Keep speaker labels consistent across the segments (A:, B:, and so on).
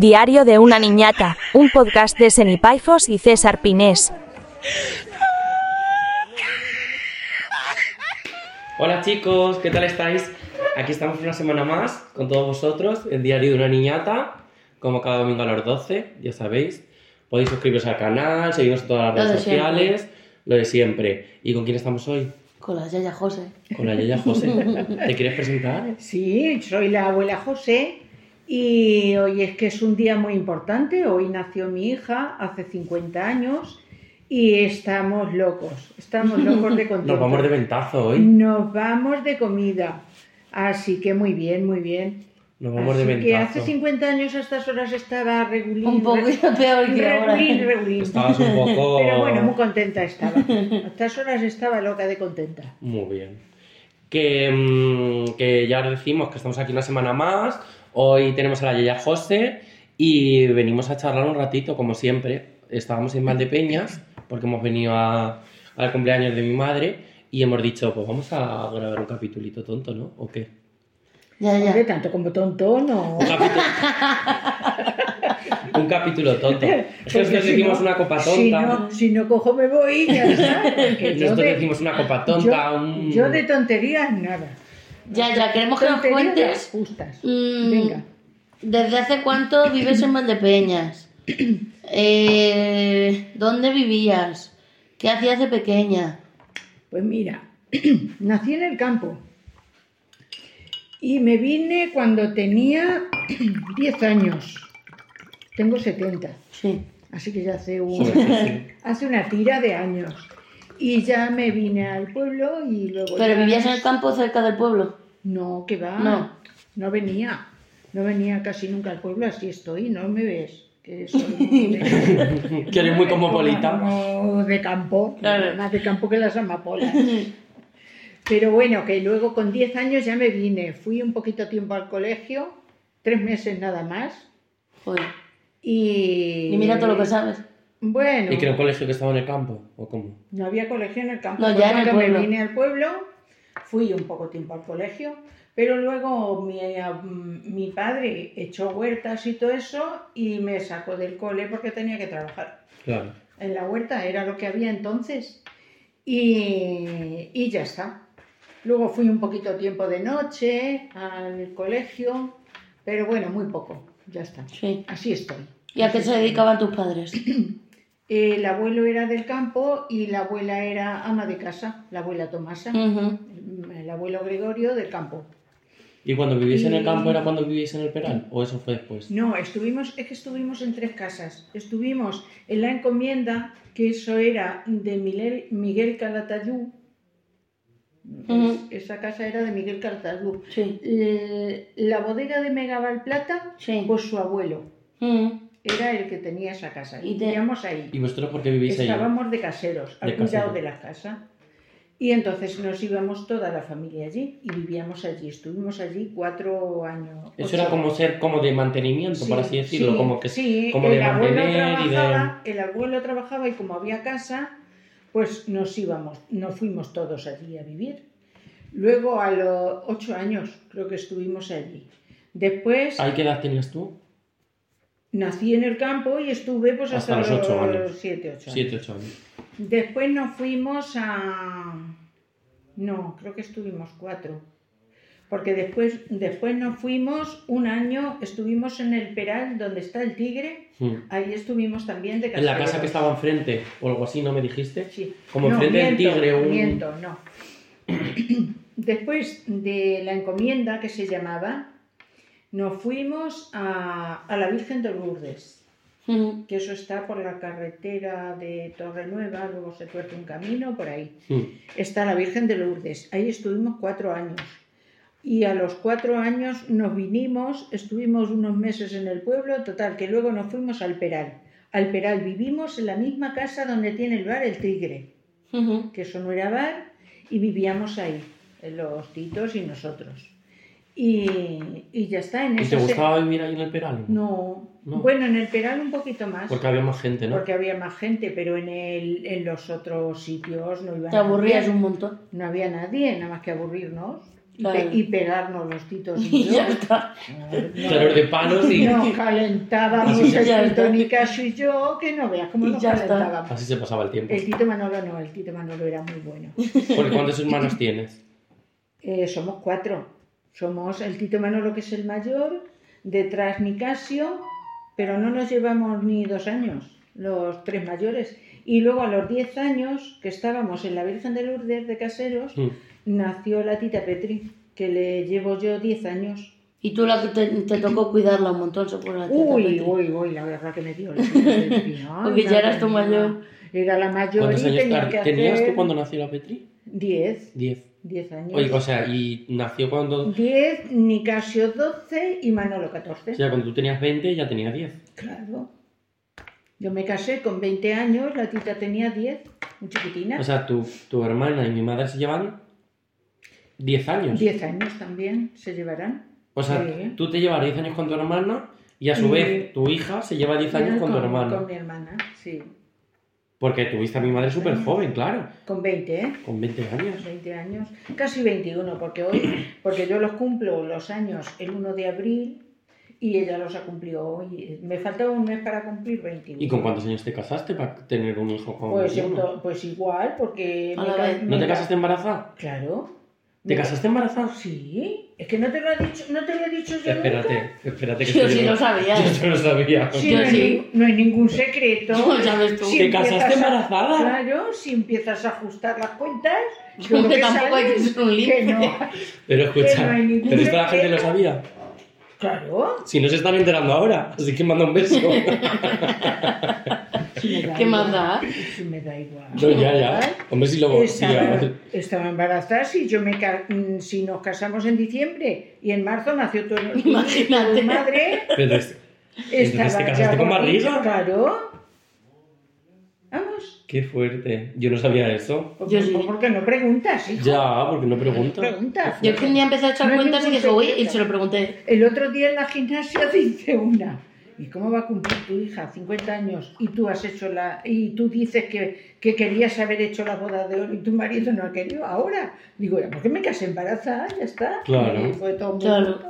A: Diario de una niñata, un podcast de Senipaifos y César Pinés.
B: Hola chicos, ¿qué tal estáis? Aquí estamos una semana más con todos vosotros, el diario de una niñata, como cada domingo a las 12, ya sabéis. Podéis suscribiros al canal, seguirnos en todas las
C: Lo
B: redes
C: de siempre.
B: sociales, lo de siempre. ¿Y con quién estamos hoy?
C: Con la Yaya José.
B: Con la Yaya José. ¿Te quieres presentar?
D: Sí, soy la abuela José y hoy es que es un día muy importante. Hoy nació mi hija hace 50 años y estamos locos, estamos locos de contento.
B: Nos vamos de ventazo hoy.
D: Nos vamos de comida. Así que muy bien, muy bien.
B: Nos vamos
D: Así
B: de
D: que hace
B: ventazo.
D: 50 años a estas horas estaba regulín.
C: Un poco
D: re-
C: peor que ahora.
D: regulín, regulín.
B: Estabas un poco...
D: Pero bueno, muy contenta estaba. A estas horas estaba loca de contenta.
B: Muy bien. Que, mm, que ya decimos que estamos aquí una semana más. Hoy tenemos a la Yaya José y venimos a charlar un ratito, como siempre. Estábamos en Valdepeñas porque hemos venido a- al cumpleaños de mi madre y hemos dicho, pues vamos a grabar un capitulito tonto, ¿no? ¿O qué?
C: Ya,
D: Hombre,
C: ya.
D: tanto como tonto, no.
B: Un capítulo, un capítulo tonto. Es que
D: Porque
B: nosotros
D: Pues si
B: decimos
D: no-
B: una copa tonta.
D: Si no, si no cojo, me voy. Ya está. Porque yo,
B: Nosotros
D: de,
B: decimos una copa tonta.
D: yo-
B: un-
D: yo de tonterías, nada.
C: Ya, ya. Queremos que nos
D: Tonterías
C: cuentes.
D: justas.
C: mm,
D: Venga.
C: ¿Desde hace cuánto vives en Valdepeñas? Eh, ¿Dónde vivías? ¿Qué hacías de pequeña?
D: Pues mira, nací en el campo y me vine cuando tenía 10 años. Tengo 70,
C: Sí.
D: así que ya hace
B: Joder,
D: un,
B: sí, sí.
D: hace una tira de años. Y ya me vine al pueblo y luego...
C: ¿Pero
D: Pues ya-
C: vivías en el campo cerca del pueblo?
D: No, que va.
C: No.
D: No venía. No venía casi nunca al pueblo, así estoy, no me ves. Que soy muy de-
B: Que eres muy cosmopolita.
D: No, de campo.
C: Claro.
D: Más de campo que las amapolas. Pero bueno, que luego con 10 años ya me vine. Fui un poquito tiempo al colegio, tres meses nada más.
C: Joder.
D: Y.
C: Y mira todo
D: Eh.
C: lo que sabes.
D: Bueno.
B: ¿Y que era un colegio que estaba en el campo? ¿O cómo?
D: No había colegio en el campo.
C: No, ya
D: Por
C: en el
D: tanto,
C: pueblo.
D: Me vine al pueblo, fui un poco tiempo al colegio, pero luego mi, mm, mi padre echó huertas y todo eso y me sacó del cole porque tenía que trabajar.
B: Claro.
D: En la huerta era lo que había entonces. Y, y ya está. Luego fui un poquito tiempo de noche al colegio, pero bueno, muy poco. Ya está.
C: Sí.
D: Así estoy.
C: ¿Y a qué se dedicaban tus padres?
D: El abuelo era del campo y la abuela era ama de casa, la abuela Tomasa,
C: Ujú.
D: el abuelo Gregorio del campo.
B: ¿Y cuando vivís en el
D: Y-
B: campo era cuando vivís en el peral? ¿O eso fue después?
D: No, estuvimos, es que estuvimos en tres casas. Estuvimos en la encomienda, que eso era de Miguel, Miguel Calatayú.
C: Ujú.
D: Es- Esa casa era de Miguel Calatayú.
C: Sí.
D: Eh, La bodega de Megaval Plata,
C: Sí.
D: pues su abuelo
C: Ujú.
D: era el que tenía esa casa.
C: Y
D: Y
C: de-
D: vivíamos ahí.
B: ¿Y vosotros por qué vivís ahí?
D: Estábamos de caseros, al
B: De
D: cuidado
B: caseros.
D: de la casa. Y entonces nos íbamos toda la familia allí y vivíamos allí. Estuvimos allí cuatro años.
B: Eso
D: ocho
B: era como
D: años.
B: ser como de mantenimiento, por
D: Sí,
B: así decirlo,
D: sí,
B: como que
D: sí,
B: como
D: el
B: de
D: abuelo
B: mantener y de-
D: trabajaba, El abuelo trabajaba y como había casa, pues nos íbamos, nos fuimos todos allí a vivir. Luego a los ocho años creo que estuvimos allí. Después
B: ¿Ahí qué edad tenías tú?
D: nací en el campo y estuve pues
B: Hasta
D: hasta,
B: los ocho años.
D: siete, ocho años.
B: Siete, ocho años.
D: Después nos fuimos a... No, creo que estuvimos cuatro. Porque después, después nos fuimos un año, estuvimos en el Peral, donde está el Tigre.
B: Mm.
D: Ahí estuvimos también de
B: En la casa
D: caseros.
B: que estaba enfrente, o algo así, ¿no me dijiste?
D: Sí.
B: Como
D: No,
B: enfrente del
D: miento,
B: tigre, un-
D: miento, no. Después de la encomienda que se llamaba, nos fuimos a, a la Virgen de Lourdes.
C: Ujú.
D: que eso está por la carretera de Torrenueva, luego se tuerce un camino, por ahí.
B: Mm.
D: Está la Virgen de Lourdes. Ahí estuvimos cuatro años. Y a los cuatro años nos vinimos, estuvimos unos meses en el pueblo, total, que luego nos fuimos al Peral. Al Peral vivimos en la misma casa donde tiene el bar El Tigre,
C: Ujú.
D: que eso no era bar, y vivíamos ahí, los titos y nosotros. Y, y ya está, en
B: ¿Y
D: esa
B: te
D: se-
B: gustaba vivir ahí en el peral?
D: No.
B: No.
D: Bueno, en el Peral un poquito más.
B: Porque había más gente, ¿no?
D: Porque había más gente, pero en, el, en los otros sitios no iba
C: Te aburrías
D: nadie.
C: un montón.
D: No había nadie, nada más que aburrirnos. y,
C: Claro.
D: pe- y pegarnos los titos.
C: Y
D: yo.
C: ya está.
B: Calor de palos y
D: Nos calentábamos
C: Y ya está.
D: el Tito Nicasio y yo, que no veas cómo
C: Y
D: nos
C: ya está.
D: calentábamos.
B: así se pasaba el tiempo.
D: El Tito Manolo no, el Tito Manolo era muy bueno.
B: Porque ¿cuántos hermanos tienes?
D: Eh, somos cuatro. Somos el Tito Manolo, que es el mayor, detrás Nicasio, pero no nos llevamos ni dos años, los tres mayores. Y luego a los diez años, que estábamos en la Virgen de Lourdes de Caseros,
B: Mm.
D: nació la tita Petri, que le llevo yo diez años.
C: Y tú la que te, te tocó cuidarla un montón, seguro. la teta
D: Uy,
C: Peti.
D: uy, uy, la verdad que me dio. la tita Petri. Ay,
C: Porque ya eras tú
D: madre mía.
C: mayor.
D: Era la mayor
B: ¿Cuántos
D: y
B: años
D: tenía
B: tar-
D: que hacer...
B: tenías tú cuando nació la Petri?
D: Diez,
B: Diez.
D: diez años.
B: Oye, o sea, y nació cuando...
D: 10, Nicasio 12 y Manolo 14.
B: O sea, cuando tú tenías 20 ya tenías 10.
D: Claro. Yo me casé con 20 años, la tita tenía 10, muy chiquitina.
B: O sea, tu, tu hermana y mi madre se llevan 10 años.
D: 10 años también se llevarán.
B: O sea,
D: Sí.
B: tú te llevas 10 años con tu hermana y a su
D: Y-
B: vez tu hija se lleva 10 años con tu
D: Con
B: hermana.
D: mi hermana, sí.
B: Porque tuviste a mi madre súper joven, claro,
D: Con 20, ¿eh?
B: con 20 años.
D: 20 años, casi 21, porque hoy, porque yo los cumplo los años el 1 de abril y ella los ha cumplido hoy. Me faltaba un mes para cumplir 21.
B: ¿Y con cuántos años te casaste para tener un hijo con
D: Pues,
B: mi hermana?
D: ento- pues igual, porque...
C: A
D: me
C: la
D: ca-
C: vez.
B: ¿No
D: me
B: te
D: ca-
B: casaste embarazada?
D: Claro.
B: ¿Te
D: Me ca-
B: casaste embarazada?
D: Sí, es que no te lo he dicho, no te lo he dicho yo nunca.
B: Espérate, espérate que
C: Yo
B: esto
C: sí
B: no-
C: lo sabía.
B: yo esto no sabía.
D: Sí,
C: Yo
D: no, hay
C: sí.
D: ni- no hay ningún secreto.
C: No, ya ves tú.
D: Sí.
B: ¿Te casaste
D: empiezas a-
B: embarazada?
D: Claro, si empiezas a ajustar las cuentas, yo
C: Porque
D: creo que
C: tampoco hay que
D: sabes
C: ser un
D: que
C: límite.
D: no.
B: Pero escucha,
D: Que no hay ningún
B: pero esto la gente
D: secreto.
B: lo sabía.
D: Claro,
B: Si no se están enterando ahora, así que manda un beso.
D: si me da
C: ¿Qué
D: igual,
C: más da?
D: si me da igual.
B: No, ya, ya. Hombre, si lo... si
D: Estaba,
B: ya-
D: estaba embarazada si yo me ca- mm, si nos casamos en diciembre y en marzo nació tu, tu- tu
C: Imagínate.
D: madre
B: Pero es-
D: estaba
B: Entonces te
D: ya
B: casaste con
D: gordita,
B: barriga.
D: claro vamos
B: Qué fuerte. Yo no sabía eso.
D: ¿Por-
C: Yo sí.
D: por qué no preguntas hijo?
B: Ya, porque no pregunta.
D: Pregunta.
C: Yo es que un día empecé a echar
D: No hay
C: cuentas y
D: ningún
C: dije, uy, y
D: secreto.
C: se lo pregunté.
D: El otro día en la gimnasia dice una, ¿y cómo va a cumplir tu hija 50 años y tú has hecho la y tú dices que, que querías haber hecho la boda de oro y tu marido no ha querido ahora? Digo, "Ya, ¿por qué me casé embarazada? Ya está.
B: Claro.
D: Y fue todo muy
C: Claro.
D: bonito.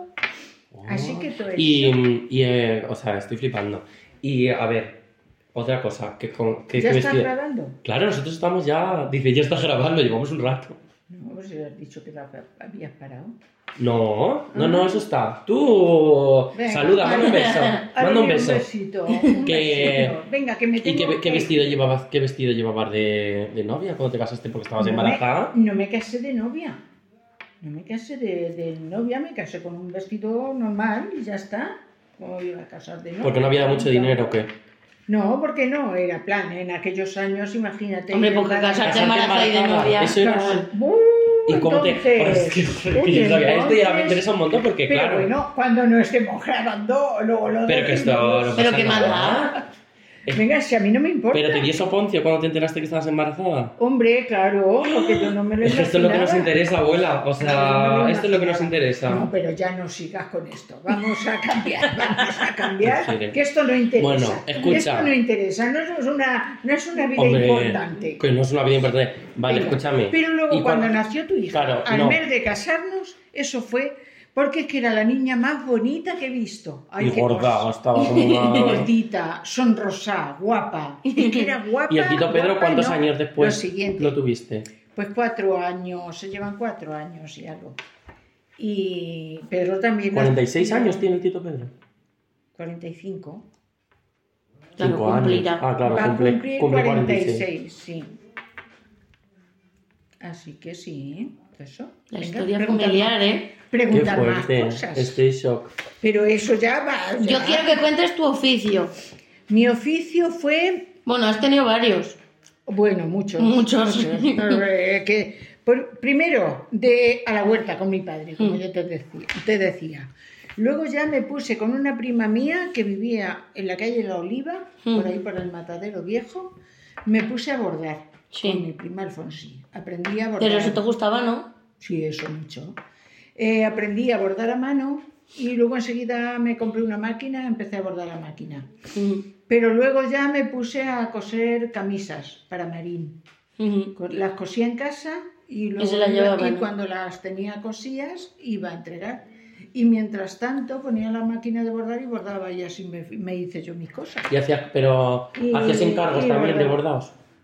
D: Así que todo
B: Y,
D: eso.
B: y, eh, o sea, estoy flipando. Y a ver, otra cosa. Que, con- que,
D: ¿Ya
B: que
D: estás
B: vestida-
D: grabando?
B: Claro, nosotros estamos ya. Dice, ya estás grabando, llevamos un rato.
D: No, pues ya has dicho que la- habías parado.
B: No, no, no, eso está. Tú
D: Ah. Venga,
B: saluda, manda un
D: vale.
B: beso.
D: A
B: Manda un
D: ver,
B: beso.
D: besito, un
B: Que-
D: besito. Venga, que me
B: ¿Y
D: tengo
B: qué, qué
D: que-
B: vestido llevabas, qué vestido llevabas de, de novia cuando te casaste porque estabas
D: No me-
B: embarazada?
D: No me casé de novia. No me casé de, de novia, me casé con un vestido normal y ya está. ¿Cómo iba a casar de novia?
B: Porque no había mucho dinero, ¿o ¿qué?
D: No, porque no, era plan. En aquellos años, imagínate.
C: Hombre, porque casarte
B: Casarte
C: embarazada y de
B: embarazada,
C: novia.
B: eso era-
D: Uh,
B: ¿Y cómo te.? Es que- que yo sabía esto y ahora me interesa un montón porque,
D: Pero
B: claro.
D: bueno, cuando no estemos grabando, luego lo
B: pero que esto
D: decimos.
B: no pasa
C: Pero que
B: nada.
C: manda.
D: Venga, si a mí no me importa.
B: Pero te dio soponcio cuando te enteraste que estabas embarazada.
D: Hombre, claro, porque yo no me lo
B: Es que esto es lo que nos
D: imaginaba.
B: interesa, abuela. O
D: No, no
B: sea,
D: me
B: esto es lo que nos
D: imaginaba. No,
B: interesa.
D: pero ya no sigas con esto. Vamos a cambiar, vamos a cambiar.
B: Prefiere.
D: Que esto no interesa.
B: Bueno, escucha.
D: Esto no interesa, no es una, no es una vida
B: Hombre,
D: importante.
B: que no es una vida importante. Vale,
D: Venga,
B: escúchame.
D: Pero
B: ¿Y
D: luego, cuando
B: cuán-
D: nació tu hija,
B: Claro,
D: al
B: no.
D: mes de casarnos, eso fue porque es que era la niña más bonita que he visto. Ay,
B: Y
D: qué
B: gorda,
D: cosa.
B: estaba como una...
D: Gordita, sonrosada, guapa. Es que era guapa.
B: ¿Y el Tito Pedro
D: guapa,
B: cuántos
D: no.
B: años después
D: Lo siguiente.
B: lo tuviste?
D: Pues cuatro años, se llevan cuatro años y algo. Y Pedro también.
B: 46 años tiene el Tito Pedro.
D: 45.
C: Claro,
B: Cinco años.
C: cumplirá.
B: Ah, claro,
D: Va a
B: cumple,
D: cumplir
B: cumple
D: 46,
B: 46.
D: sí. Así que sí, eso.
C: La
D: Venga,
C: historia
D: pregunta-
C: familiar, ¿eh?
B: Qué
D: Pregunta más
B: fuerte. Este-
D: cosas.
B: Estoy shock.
D: Pero eso ya va.
C: Yo
D: ya.
C: quiero que cuentes tu oficio.
D: Mi oficio fue,
C: Bueno, has tenido varios.
D: bueno, muchos.
C: Muchos.
D: muchos. Eh, que, por- primero, de a la huerta con mi padre,
C: Mm.
D: como yo te decía, te decía. Luego ya me puse con una prima mía que vivía en la calle La Oliva, por
C: Mm.
D: ahí por el matadero viejo, me puse a bordar
C: Sí.
D: con mi prima Alfonsín. Aprendí a bordar.
C: Pero eso te gustaba, ¿no?
D: Sí, eso mucho. Eh, aprendí a bordar a mano y luego enseguida me compré una máquina, empecé a bordar a máquina.
C: Ujú,
D: Pero luego ya me puse a coser camisas para Marín.
C: ujú.
D: Las cosía en casa y
C: se
D: luego
C: la
D: iba-
C: llevaba,
D: y
C: ¿no?
D: cuando las tenía cosías iba a entregar. Y mientras tanto ponía la máquina de bordar y bordaba y así me, me hice yo mis cosas.
B: Y hacías, pero
D: Y-
B: hacías encargos
D: y
B: también de
D: bordado.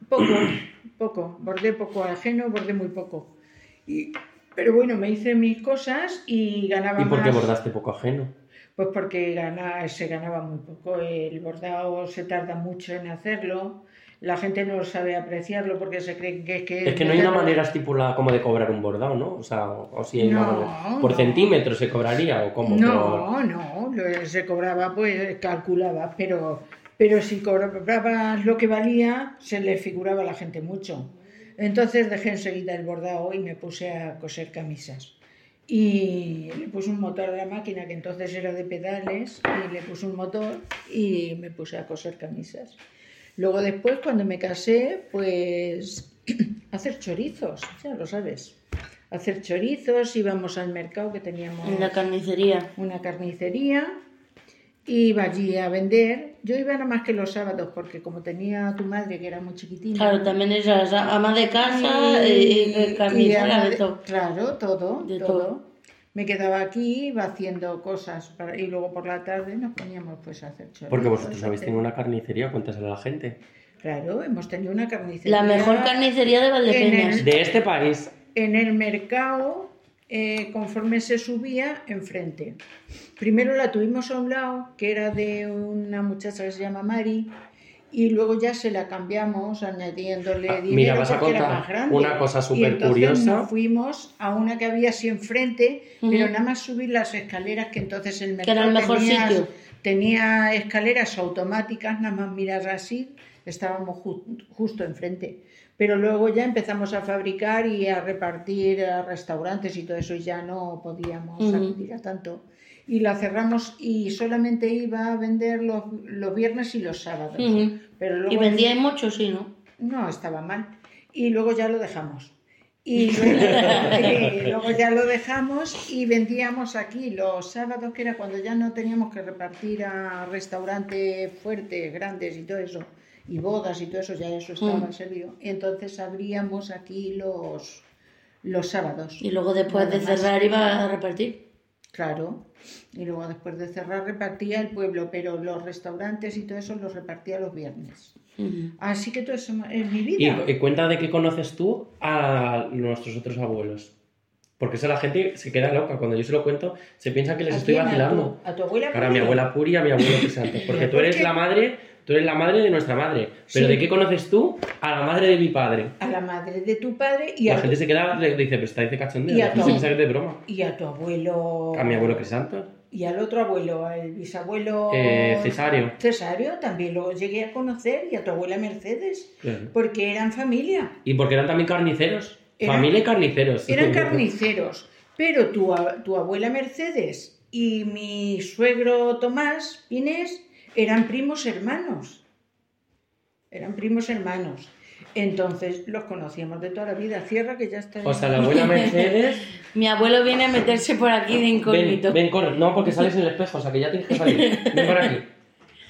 B: bordados.
D: Poco, poco, bordé poco ajeno, bordé muy poco. Y, pero bueno, me hice mis cosas y ganaba
B: ¿Y por qué
D: más.
B: bordaste poco ajeno?
D: Pues porque gana, se ganaba muy poco. El bordado se tarda mucho en hacerlo. La gente no sabe apreciarlo porque se cree que es Eh, que...
B: Es que no hay una manera estipulada como de cobrar un bordado, ¿no? O sea, o o si hay una
D: No,
B: manera- ¿Por
D: no.
B: centímetro se cobraría o cómo? Pero-
D: No, no, lo- se cobraba, pues calculaba, pero, pero si cobrabas lo que valía, se le figuraba a la gente mucho. Entonces dejé enseguida el bordado y me puse a coser camisas. Y le puse un motor a la máquina, que entonces era de pedales, y le puse un motor y me puse a coser camisas. Luego después, cuando me casé, pues hacer chorizos, ya lo sabes. Hacer chorizos, íbamos al mercado que teníamos
C: En la carnicería.
D: una carnicería, iba allí a vender. Yo iba nada más que los sábados, porque como tenía a tu madre que era muy chiquitina.
C: Claro, también esas ama de casa, eh, eh,
D: y
C: camisera,
D: ama
C: de todo.
D: Claro, todo,
C: De
D: todo.
C: todo.
D: Me quedaba aquí, iba haciendo cosas, para- y luego por la tarde nos poníamos pues a hacer chorizos.
B: Porque vosotros habéis
D: hacer-
B: tenido una carnicería, cuéntaselo a la gente.
D: Claro, hemos tenido una carnicería.
C: La mejor carnicería de Valdepeñas.
B: De este país,
D: en el mercado, eh, conforme se subía, enfrente. Primero la tuvimos a un lado, que era de una muchacha que se llama Mari, y luego ya se la cambiamos añadiéndole
B: Ah,
D: dinero
B: mira, vas a
D: porque era
B: contar
D: más grande.
B: una cosa
D: Y
B: súper
D: entonces
B: curiosa.
D: nos fuimos a una que había así enfrente,
C: Ujú.
D: pero nada más subir las escaleras que entonces el mercado
C: era el mejor
D: tenías-
C: sitio.
D: tenía escaleras automáticas, nada más mirar así, estábamos ju- justo enfrente. Pero luego ya empezamos a fabricar y a repartir a restaurantes y todo eso, y ya no podíamos
C: Ujú.
D: salir a tanto. Y la cerramos y solamente iba a vender los, los viernes y los sábados.
C: Ujú.
D: Pero
C: Y
D: luego
C: vendía mucho, sí, ¿no?
D: no, estaba mal. Y luego ya lo dejamos. Y luego, eh, luego ya lo dejamos y vendíamos aquí los sábados, que era cuando ya no teníamos que repartir a restaurantes fuertes, grandes y todo eso, y bodas y todo eso, ya eso estaba
C: Mm.
D: servido. Entonces abríamos aquí los, los sábados.
C: Y luego después de
D: Nada más.
C: cerrar iba a repartir.
D: Claro. Y luego después de cerrar repartía el pueblo, pero los restaurantes y todo eso los repartía los viernes.
C: Ujú.
D: Así que todo eso es mi
B: Y,
D: vida.
B: y cuenta de que conoces tú a nuestros otros abuelos. Porque esa la gente se queda loca. Cuando yo se lo cuento, se piensa que les
D: ¿A
B: estoy
D: quién? ¿A tu-
B: vacilando.
D: A tu, abuela.
B: Ahora, mi
D: Puri?
B: abuela Puri y a mi abuelo Crisanto. Porque tú
D: ¿Por
B: eres
D: qué?
B: la madre, tú eres la madre de nuestra madre. Pero
D: Sí.
B: ¿de qué conoces tú a la madre de mi padre?
D: A la madre de tu padre y
B: La
D: a,
B: gente se queda, le dice, pero estáis de cachondeo.
D: Y
B: la
D: a
B: gente
D: tu- Oh.
B: se piensa que es de broma.
D: y a tu abuelo.
B: A mi abuelo Crisanto.
D: Y al otro abuelo, al bisabuelo.
B: Eh, Cesario.
D: Cesario también lo llegué a conocer y a tu abuela Mercedes,
B: Claro.
D: porque eran familia,
B: Y porque eran también carniceros.
D: Eran-
B: Familia y carniceros.
D: eran carniceros. Pero tu, a- tu abuela Mercedes y mi suegro Tomás Inés eran primos hermanos. Eran primos hermanos. Entonces los conocíamos de toda la vida. Cierra que ya está.
B: O sea, la abuela Mercedes.
C: Mi abuelo viene a meterse por aquí de
B: ven,
C: incógnito.
B: ven, corre. No, porque sales en el espejo, o sea que ya tienes que salir. Ven por aquí.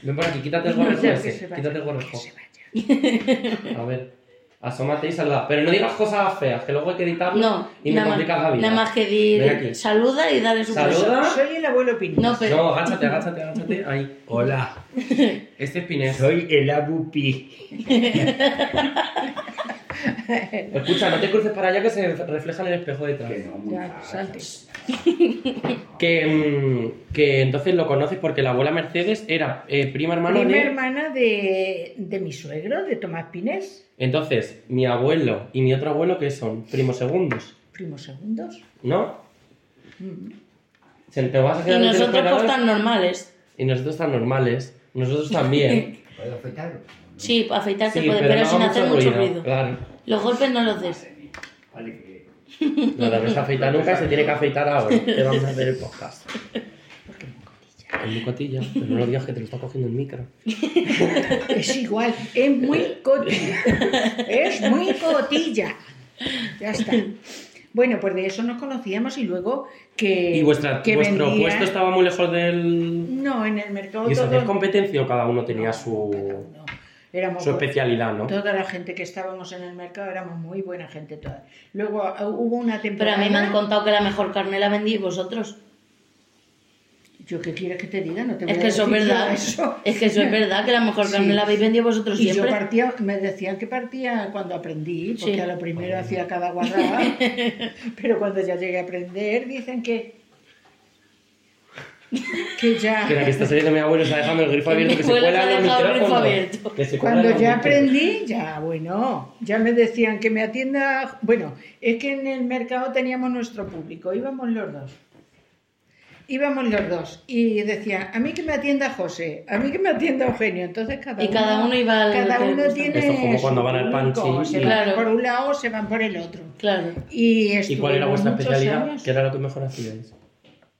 B: Ven por aquí, quítate el
D: O
B: gorrejo
D: sea, que
B: ese.
D: se vaya,
B: Quítate el gorrejo.
D: que se vaya.
B: A ver. Asómate y saluda. Pero no digas cosas feas, que luego hay que editarlo
C: No,
B: y me
C: nada, más,
B: complicas la vida.
C: nada más que
B: Ven aquí.
C: dir saluda y dale su
B: Saluda.
C: beso.
D: Soy el abuelo Pino.
C: No, pero
B: No, agáchate, agáchate, agáchate. Ahí.
E: Hola,
B: Este es Pinés.
E: soy el Abu Pi.
B: Escucha, no te cruces para allá que se refleja en el espejo detrás.
E: Que no, muy
D: Ya, pues, salte.
B: Que, mm, que entonces lo conoces porque la abuela Mercedes era eh, prima hermana
D: Prima
B: de...
D: hermana de, de mi suegro, de Tomás Pinés,
B: Entonces, mi abuelo y mi otro abuelo, que son primos segundos,
D: primos segundos.
B: ¿no?
D: Mm.
B: Se te vas a
C: y
B: quedar entre
C: nosotros
B: los
C: pues
B: pegados
C: tan normales.
B: Y nosotros tan normales. Nosotros también.
E: ¿Puedo afeitarlo?
C: Sí, afeitarse
B: Sí,
C: puede, pero,
B: no
C: sin
B: haga
C: hacer mucho ruido.
B: Claro.
C: Los golpes no los des.
E: Vale, que
B: No te vas a afeitar nunca y se tiene que afeitar ahora. Te vamos a hacer el podcast. Es mi cotilla, pero no lo digas que te lo está cogiendo el micro.
D: Es igual, es muy cotilla. Es muy cotilla. Ya está. Bueno, pues de eso nos conocíamos y luego que.
B: ¿Y vuestra,
D: que
B: vuestro
D: vendía-
B: puesto estaba muy lejos del...?
D: No, en el mercado.
B: ¿Y eso
D: todo-
B: hacías competencia o cada uno tenía
D: No,
B: su...?
D: cada uno. Éramos
B: Su especialidad, ¿no?
D: Toda la gente que estábamos en el mercado éramos muy buena gente toda. Luego ah, hubo una
C: Pero
D: temporada.
C: a mí me han contado que la mejor carne la vendís vosotros.
D: Yo qué quieres que te diga, no te voy
C: Es
D: a
C: que eso es
D: decir yo
C: verdad.
D: eso.
C: Es que eso es verdad, que la mejor
D: Sí.
C: carne la habéis vendido vosotros
D: Y yo
C: siempre.
D: partía, me decían que partía cuando aprendí, porque
C: Sí.
D: a lo primero hacía cada guarrada, pero cuando ya llegué a aprender dicen que que ya
B: Que la que está saliendo mi abuelo está dejando el grifo abierto,
C: Mi
B: que se
C: abuelo
B: cuela
C: está
B: en los
C: dejando el grifo
B: micrófonos.
C: abierto.
B: Que se cuela en
D: cuando
B: los
D: ya
B: micrófonos.
D: aprendí, ya bueno, ya me decían que me atienda, bueno, es que en el mercado teníamos nuestro público, íbamos los dos. Íbamos los dos y decía, a mí que me atienda José, a mí que me atienda Eugenio. Entonces cada
C: Y cada uno iba al
D: cada
C: que le
D: uno
C: gusta.
D: tiene
B: Esto es como cuando
D: su
B: van al
D: público,
B: Panchi
D: se
B: y-
D: van
C: Claro.
D: por un lado, se van por el otro.
C: Claro.
D: Y,
B: ¿Y cuál era
D: estuvimos
B: vuestra
D: muchos
B: especialidad?
D: años
B: ¿Qué era lo que mejor hacíais?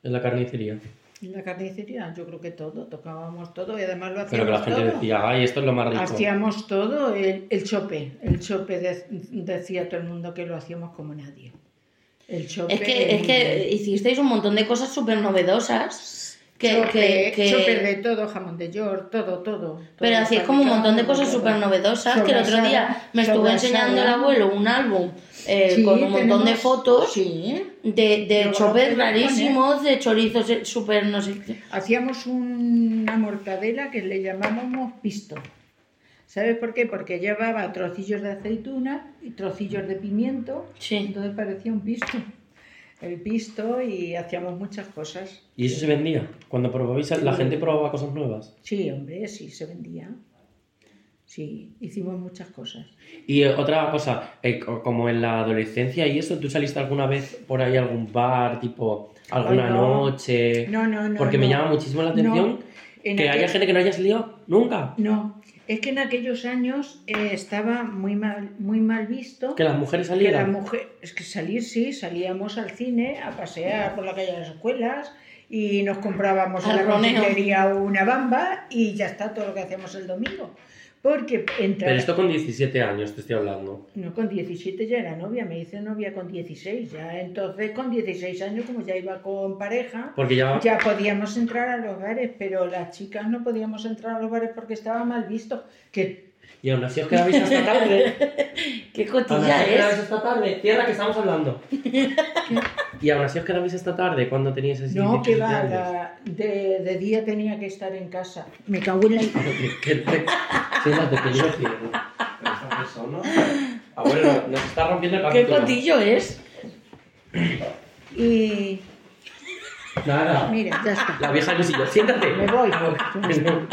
B: En la carnicería.
D: En la carnicería, yo creo que todo, tocábamos todo y además lo hacíamos
B: Pero que la gente
D: todo.
B: decía, ay, esto es lo más rico.
D: Hacíamos todo, el, el chope. El chope de- decía todo el mundo que lo hacíamos como nadie. El chope.
C: Es que, es que hicisteis un montón de cosas súper novedosas. Que,
D: chope,
C: que- que-
D: chope de todo, jamón de york, todo, todo.
C: Pero así es como un montón de cosas súper
D: supernovedosas
C: novedosas que el otro día me estuvo
D: Sobrasada.
C: enseñando el abuelo un álbum eh, con un montón de fotos
D: Sí.
C: de, de
D: Luego lo
C: chopes
D: podemos
C: rarísimos, de chorizos eh, súper no sé qué.
D: Hacíamos una mortadela que le llamábamos pisto. ¿Sabes por qué? Porque llevaba trocillos de aceituna y trocillos de pimiento.
C: Sí.
D: Entonces parecía un pisto. El pisto y hacíamos muchas cosas.
B: ¿Y eso se vendía? Cuando probabais, la gente probaba cosas nuevas.
D: Sí, hombre, sí, se vendía. Sí, hicimos muchas cosas.
B: Y eh, otra cosa, eh, co- como en la adolescencia y eso, ¿tú saliste alguna vez por ahí a algún bar, tipo alguna
D: Ay, no.
B: noche?
D: No, no, no.
B: Eh, Porque me
D: no.
B: llama muchísimo la
D: No.
B: atención que
D: En aquel-
B: haya gente que no haya salido nunca.
D: No, es que en aquellos años eh, estaba muy mal, muy mal visto.
B: Que las mujeres
D: Que la
B: salieran.
D: mujer, es que salir sí, salíamos al cine a pasear por la calle de las escuelas y nos comprábamos en
C: Al
D: la
C: roneo.
D: confitería una bamba y ya está todo lo que hacíamos el domingo. Porque entrar,
B: Pero esto con 17 años te estoy hablando.
D: no, con 17 ya era novia, me hice novia con 16, ya entonces con 16 años como ya iba con pareja,
B: Porque ya...
D: ya podíamos entrar a los bares, pero las chicas no podíamos entrar a los bares porque estaba mal visto, que
B: Y aún así os quedabais hasta tarde.
C: Qué
D: Ah,
B: aún así
C: cotilla
B: os quedabais
C: es.
B: hasta tarde. Tierra, que estamos hablando. y aún así os quedabais hasta tarde cuando teníais ese
D: no, que va, la- de, de día tenía que estar en casa. Me cago en la...
B: Que te- Siéntate, que yo lo cierro. Pero esta persona- Abuelo, Ah, nos está rompiendo el
C: Qué
B: capítulo.
C: cotillo es.
D: Y
B: Nada.
D: mira, ya está.
B: La vieja Lucy, siéntate. Ah,
D: Me voy.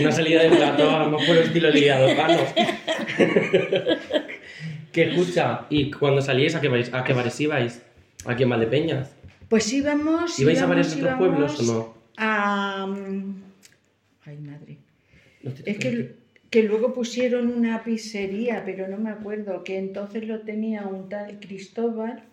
B: Una salida de plato, a lo mejor estilo liado, vamos. que escucha, y cuando salíais, ¿a qué, vais- a qué bares ibais? ¿Aquí en Valdepeñas?
D: Pues íbamos.
B: ¿Ibais a varios
D: varios
B: otros pueblos o no?
D: A. mm, Ay, madre.
B: No te-
D: Es que, que luego pusieron una pizzería, pero no me acuerdo, que entonces lo tenía un tal Cristóbal.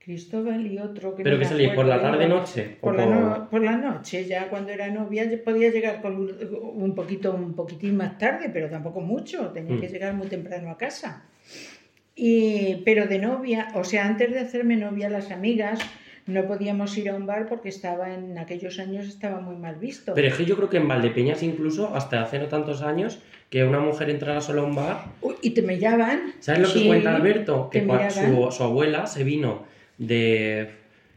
D: Cristóbal y otro que
B: ¿Pero
D: no
B: que
D: me
B: salíais? ¿Por la
D: acuerdo.
B: tarde, noche?
D: Por
B: ¿O
D: la,
B: por-
D: no- por la noche, ya cuando era novia, yo podía llegar con un, un poquito, un poquitín más tarde, pero tampoco mucho, tenía
B: Mm.
D: que llegar muy temprano a casa. Y, pero de novia, o sea, antes de hacerme novia, las amigas no podíamos ir a un bar porque estaba en aquellos años estaba muy mal visto.
B: Pero es que yo creo que en Valdepeñas incluso, hasta hace no tantos años, que una mujer entrara solo a un bar
D: Uy, y te me llaman.
B: ¿Sabes lo que
D: Sí,
B: cuenta Alberto? Que
D: te
B: cua-
D: miraban.
B: su, su abuela se vino de.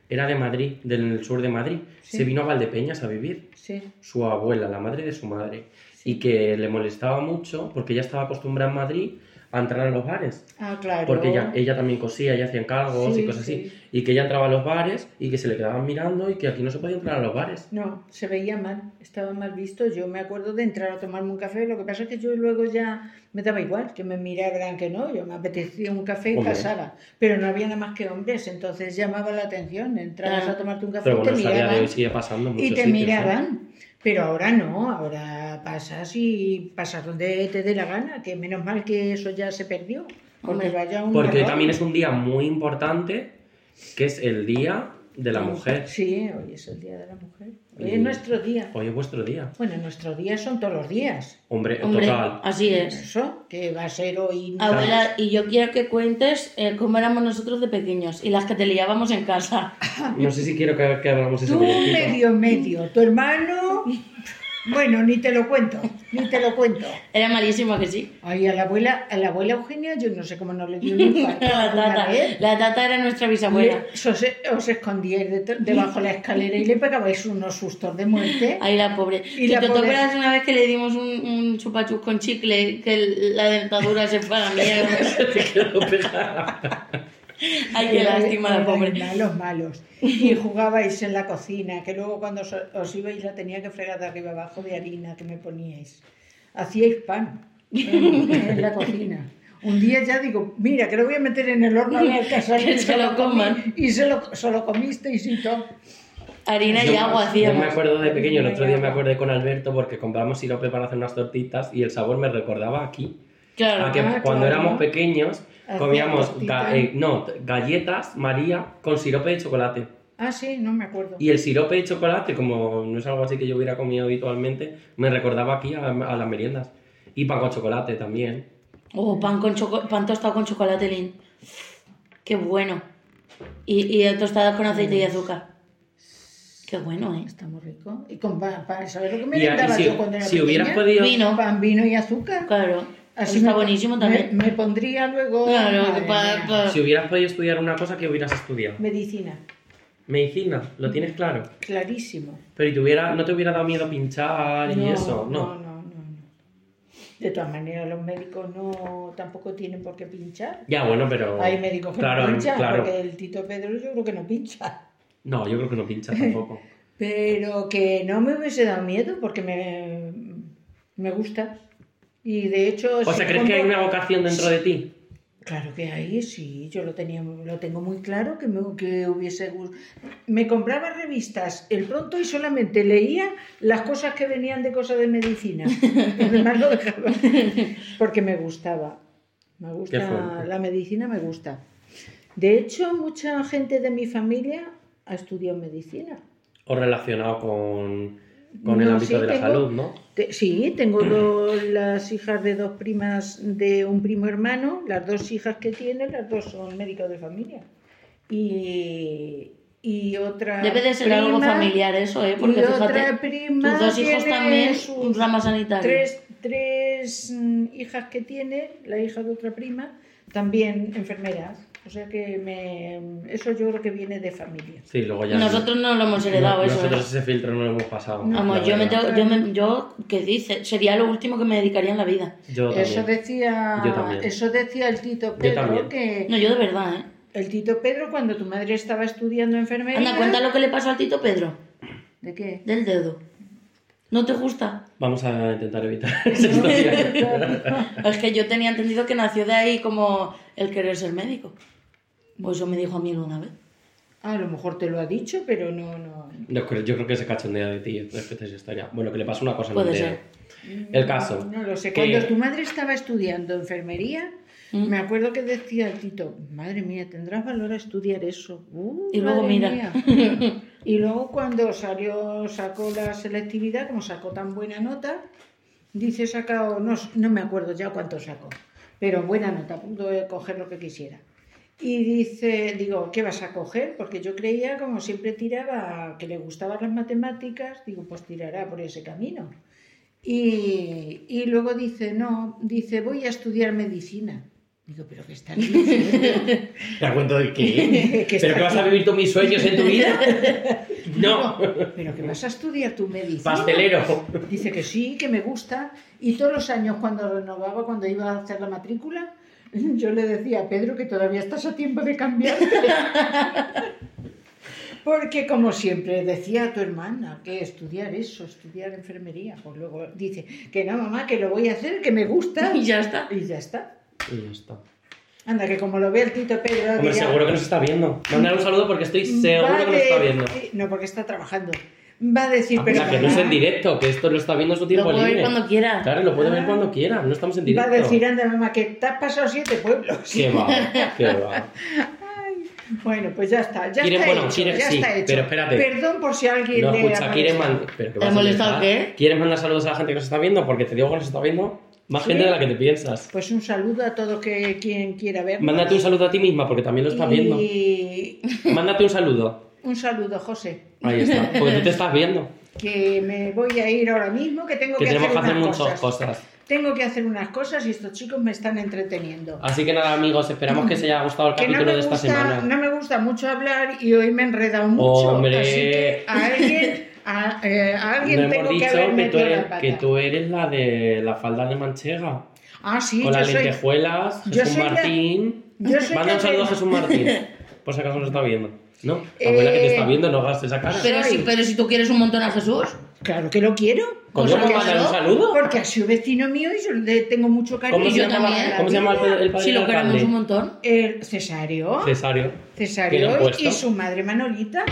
B: Era de Madrid, del sur de Madrid.
D: Sí.
B: Se vino a Valdepeñas a vivir.
D: Sí,
B: Su abuela, la madre de su madre. Y que le molestaba mucho porque ella estaba acostumbrada en Madrid a entrar a los bares.
D: ah, claro.
B: Porque ella, ella también cosía, ella hacía encargos y
D: Sí,
B: cosas así.
D: sí.
B: Y que ella entraba a los bares y que se le quedaban mirando y que aquí no se podía entrar a los bares.
D: No, se veía mal, estaba mal visto. Yo me acuerdo de entrar a tomarme un café, lo que pasa es que yo luego ya me daba igual, que me miraran que no, yo me apetecía un café y
B: Hombre.
D: pasaba, pero no había nada más que hombres, entonces llamaba la atención, entrabas
C: Claro.
D: a tomarte un café
B: Pero
D: y te
B: bueno, hasta el día de
D: miraban
B: hoy sigue pasando en
D: y
B: muchos
D: te
B: sitios, ¿eh?
D: miraban, pero ahora no, ahora pasas y pasas donde te dé la gana, que menos mal que eso ya se perdió, porque
C: Hombre.
D: vaya un
B: Porque
D: error.
B: también es un día muy importante, que es el Día de la Mujer.
D: Sí, hoy es el Día de la Mujer, hoy
B: Y-
D: es nuestro día.
B: Hoy es vuestro día.
D: Bueno, nuestro día son todos los días.
B: Hombre,
C: Hombre,
B: total.
C: así es.
D: Eso, que va a ser hoy.
C: Abuela, y yo quiero que cuentes eh, cómo éramos nosotros de pequeños y las que te liábamos en casa.
B: No sé si quiero que, que hablamos ese
D: Tú
B: minutito.
D: medio, medio. Tu hermano, Bueno, ni te lo cuento, ni te lo cuento.
C: Era malísimo que sí.
D: Ay, a la abuela, a la abuela Eugenia, yo no sé cómo no le dio un infarto.
C: La
D: Una
C: tata,
D: vez,
C: la tata era nuestra bisabuela.
D: le- os, os escondíais det- debajo de la escalera y le pegabais unos sustos de muerte.
C: Ahí la pobre.
D: Y
C: ¿Y
D: la
C: ¿Te
D: pobre-
C: acuerdas una vez que le dimos un, un chupachus con chicle que el- la dentadura se fue a la mierda?
B: Te quedó pegada.
C: Ay, qué
D: Erais-
C: lástima la
D: erais
C: pobre.
D: Malos, malos. Y jugabais en la cocina, que luego cuando os, os ibais la tenía que fregar de arriba abajo de harina que me poníais. Hacíais pan en, en la cocina. Un día ya digo, mira, que lo voy a meter en el horno a ver qué sale".
C: Que se lo coman.
D: Y se lo, se lo comisteis y todo.
C: Harina y
B: Yo-
C: agua
B: Yo
C: hacíamos.
B: me acuerdo de pequeño, el otro día me acordé con Alberto porque compramos sirope para hacer unas tortitas y el sabor me recordaba aquí. A
C: Claro.
B: que
D: Ah,
B: cuando
D: claro.
B: éramos pequeños
D: Hacía
B: comíamos
D: tortita.
B: ga- eh, no, t- galletas María con sirope de chocolate.
D: Ah, sí, no me acuerdo.
B: Y el sirope de chocolate, como no es algo así que yo hubiera comido habitualmente, me recordaba aquí a, a las meriendas. Y pan con chocolate también.
C: Oh, pan, con choco- pan tostado con chocolate, Lin. Qué bueno. Y, y tostadas con aceite y azúcar. Qué bueno, ¿eh?
D: Está muy rico. Y con pan, pan, ¿sabes lo que me
B: Y, a- y
D: daba
B: si,
D: yo cuando era
B: si hubieras
D: pequeña?
B: podido...
C: Vino.
D: Pan, vino y azúcar.
C: Claro.
D: Así
C: está
D: me-
C: buenísimo también.
D: Me, me pondría luego
C: Claro,
D: madre
C: pa-
D: mía,
C: pa-
B: Si hubieras podido estudiar una cosa, que hubieras estudiado?
D: medicina.
B: Medicina, lo tienes claro.
D: Clarísimo.
B: Pero y te hubiera- no te hubiera dado miedo pinchar Ah, y eso,
D: no,
B: no.
D: no, no, no. De todas maneras, los médicos no tampoco tienen por qué pinchar.
B: Ya, bueno, pero.
D: Hay médicos que
B: claro,
D: no pinchan,
B: claro.
D: porque el Tito Pedro yo creo que no pincha.
B: No, yo creo que no pincha tampoco.
D: Pero que no me hubiese dado miedo porque me, me gusta. Y de hecho...
B: O
D: si
B: sea, ¿crees que hay
D: pongo-
B: una vocación dentro de ti?
D: Claro que ahí sí, yo lo tenía, lo tengo muy claro que me que hubiese gus- me compraba revistas el pronto y solamente leía las cosas que venían de cosas de medicina. Lo demás lo dejaba porque me gustaba. Me
B: Qué
D: gusta
B: fuerte.
D: la medicina, me gusta. De hecho, mucha gente de mi familia ha estudiado medicina.
B: O relacionado con, con el
D: No,
B: ámbito
D: sí,
B: de la
D: tengo-
B: salud, ¿no?
D: Te- Sí, tengo dos- las hijas de dos primas de un primo hermano, las dos hijas que tiene, las dos son médicos de familia. Y, y otra
C: Debe de ser algo
D: prima-
C: familiar eso, ¿eh?
D: y
C: Porque
D: otra
C: fíjate,
D: prima
C: tus dos hijos
D: tiene
C: también,
D: sus
C: un rama sanitario.
D: tres, tres mm, hijas que tiene, la hija de otra prima, también enfermeras. O sea que me, eso yo creo que viene de familia.
B: Sí, luego ya.
C: Nosotros no lo hemos heredado
B: No-
C: eso.
B: Nosotros
C: ¿eh?
B: ese filtro no lo hemos pasado.
D: No.
C: Vamos,
B: la
C: yo me
B: verdad.
C: tengo, yo, me- yo, ¿qué dice? Sería lo último que me dedicaría en la vida.
B: Yo
D: Eso
B: también.
D: decía,
B: Yo también.
D: eso decía el Tito
B: también.
D: Pedro que
C: No, yo de verdad, ¿eh?
D: El Tito Pedro, cuando tu madre estaba estudiando enfermería.
C: Anda, cuenta lo que le pasó al Tito Pedro,
D: ¿De qué?
C: del dedo. ¿No te gusta?
B: Vamos a intentar evitar esa historia.
C: Es que yo tenía entendido que nació de ahí como el querer ser médico. Pues eso me dijo a mí una vez.
D: Ah, A lo mejor te lo ha dicho, pero no, no.
B: No, creo- yo creo que se cachondea de ti respecto a esa historia. Bueno, que le pasó una cosa
C: Puede
B: no entera. El caso.
D: No lo sé.
B: que-
D: Cuando tu madre estaba estudiando enfermería, me acuerdo que decía el Tito, madre mía, tendrás valor a estudiar eso. Uh,
C: Y luego
D: madre
C: mira.
D: mía". Y luego cuando salió, sacó la selectividad, como sacó tan buena nota, dice sacado, no, no me acuerdo ya cuánto sacó, pero buena nota, pudo coger lo que quisiera. Y dice, digo, ¿qué vas a coger? Porque yo creía, como siempre tiraba, que le gustaban las matemáticas, digo, pues tirará por ese camino. Y, y luego dice, no, dice, voy a estudiar medicina. Digo, pero que está diciendo?
B: ¿Te acuerdo de qué?
D: Que
B: ¿Pero
D: está-
B: que vas a vivir tú mis sueños en tu vida? No,
D: Digo, pero que vas a estudiar tu medicina.
B: pastelero.
D: Dice que sí, que me gusta. Y todos los años cuando renovaba, cuando iba a hacer la matrícula, yo le decía a Pedro que todavía estás a tiempo de cambiarte. Porque como siempre decía a tu hermana que estudiar eso, estudiar enfermería, pues luego dice que no, mamá, que lo voy a hacer, que me gusta.
C: Y ya está.
D: Y ya está.
B: Y ya está.
D: Anda, que como lo ve el tito Pedro...
B: Hombre,
D: dirá,
B: seguro que nos está viendo. Mandar un saludo porque estoy seguro
D: "Va
B: que nos está
D: de-
B: viendo.
D: No, porque está trabajando. Va a decir,
B: Ah,
D: pero...
B: mira, que no es en
D: mamá,
B: directo, que esto lo está viendo en su
C: Lo
B: tiempo
C: puedo ver
B: libre.
C: cuando quiera.
B: Claro, lo puede ver
D: Ah.
B: cuando quiera, no estamos en
D: Va
B: directo.
D: a decir, anda, mamá, que te has pasado siete pueblos.
B: Qué va, qué va.
D: Bueno, pues ya está, ya
B: Quieren-
D: está
B: bueno,
D: hecho,
B: quieren-
D: ya
B: sí,
D: está hecho.
B: pero espérate.
D: Perdón por si alguien
B: No
D: le
B: escucha,
D: ha
B: ¿quieres
D: molestado.
B: mandar. ¿Pero qué
C: ¿Te
B: vas a
C: molestado
B: empezar?
C: qué?
B: ¿Quieres mandar saludos a la gente que nos está viendo? Porque te digo que nos está viendo más
D: Sí.
B: gente de la que te piensas.
D: Pues un saludo a todos que quien quiera ver.
B: Mándate un saludo a ti misma porque también lo estás viendo.
D: Y
B: Mándate un saludo.
D: un saludo, José.
B: Ahí está, porque tú te estás viendo.
D: que me voy a ir ahora mismo, que tengo
B: Que
D: que,
B: tenemos que
D: hacer
B: hacer
D: unas
B: muchas
D: cosas.
B: cosas.
D: Tengo que hacer unas cosas y estos chicos me están entreteniendo.
B: Así que nada, amigos, esperamos que os haya gustado el
D: Que no
B: capítulo
D: me,
B: de esta
D: gusta,
B: semana.
D: no me gusta mucho hablar y hoy me he enredado mucho.
B: Hombre.
D: Así que a alguien, a, eh, a
B: No
D: alguien tengo
B: hemos
D: que
B: dicho
D: haber
B: que tú,
D: metido
B: eres,
D: la pata.
B: que tú eres la de la falda de manchega.
D: Ah, sí,
B: con
D: yo
B: las
D: soy,
B: lentejuelas,
D: yo
B: Jesús
D: soy la-
B: Martín.
D: yo soy
B: Manda un
D: la
B: saludo a
D: de-
B: Jesús Martín. Por si acaso nos está viendo. No, abuela que te
D: Eh,
B: está viendo, no gastes esa cara.
C: Pero si, pero si tú quieres un montón a Jesús.
D: Claro que lo quiero.
B: ¿Cómo
C: pues
B: vamos a
C: mándalo.
B: mandar un saludo?
D: Porque ha sido vecino mío y yo le tengo mucho cariño.
B: ¿Cómo se,
C: yo
B: llama,
C: también.
B: ¿Cómo se llama el, el padre
C: Si lo
B: del
C: queremos
B: alcalde?
C: un montón.
D: El Cesario.
B: Cesario. Bien
D: Cesario
B: puesto.
D: y su madre Manolita.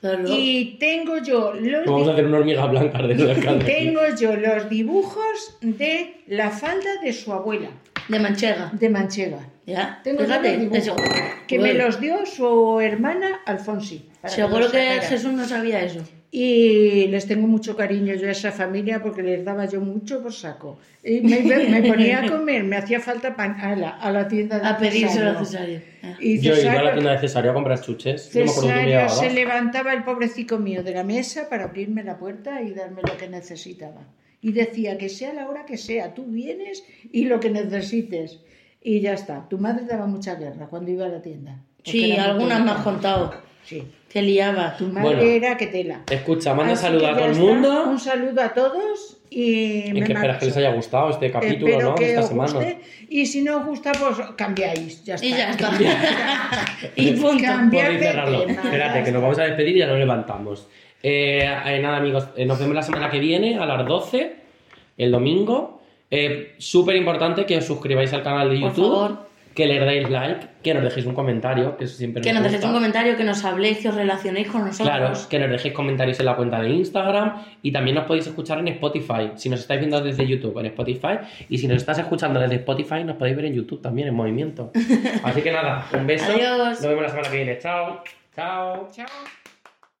C: Claro.
D: Y tengo yo los
B: Pues Vamos a hacer una hormiga blanca del alcalde.
D: tengo yo los dibujos de la falda de su abuela,
C: De manchega.
D: de Manchega.
C: Ya.
D: Tengo
C: Fíjate.
D: yo los dibujos,
C: eso.
D: que me
C: Bueno,
D: los dio su hermana Alfonsi. para me
C: Seguro
D: los
C: que
D: sacara.
C: Jesús no sabía eso.
D: Y les tengo mucho cariño yo a esa familia porque les daba yo mucho por saco. Y me, me ponía a comer, me hacía falta pan a la, a la tienda de
C: A pedírselo a
D: Cesario.
C: Cesario. Ah.
D: Y
B: Yo he ido a la
D: Cesario-
B: tienda de Cesario a comprar chuches. Yo me acuerdo que me
D: Cesario
B: llevaba.
D: se levantaba el pobrecito mío de la mesa para abrirme la puerta y darme lo que necesitaba. Y decía que sea la hora que sea, tú vienes y lo que necesites. Y ya está. Tu madre daba mucha guerra cuando iba a la tienda. porque
C: Sí,
D: era muy
C: algunas me has
D: tonta.
C: contado.
D: Sí.
C: Te liaba.
D: Tu madre
B: Bueno.
D: era que tela.
B: Escucha, manda
D: Así
B: saludos
D: que
B: a
D: ya
B: todo el
D: está.
B: mundo.
D: Un saludo a todos y
B: Y
D: me
B: que esperas que les
D: marcho.
B: haya gustado este capítulo,
D: Espero
B: ¿no? De
D: que
B: esta
D: os
B: semana.
D: guste. Y si no os gusta, pues cambiáis. Ya está.
C: Y ya está. y punto.
D: Cambiar
B: Podéis
D: de
B: cerrarlo.
D: tema, ya
B: Espérate, que nos vamos a despedir y ya nos levantamos. Eh, eh, nada, amigos, eh, nos vemos la semana que viene a las 12, el domingo. Eh, Súper importante que os suscribáis al canal de
C: Por
B: YouTube,
C: favor.
B: que le deis like, que nos dejéis un comentario, que eso siempre
C: Que nos
B: nos
C: dejéis
B: gusta.
C: un comentario, que nos habléis, que os relacionéis con nosotros.
B: Claro, que nos dejéis comentarios en la cuenta de Instagram y también nos podéis escuchar en Spotify. Si nos estáis viendo desde YouTube, en Spotify. Y si nos estás escuchando desde Spotify, nos podéis ver en YouTube también, en movimiento. Así que nada, un beso.
C: Adiós.
B: Nos vemos la semana que viene. Chao. Chao.
D: Chao.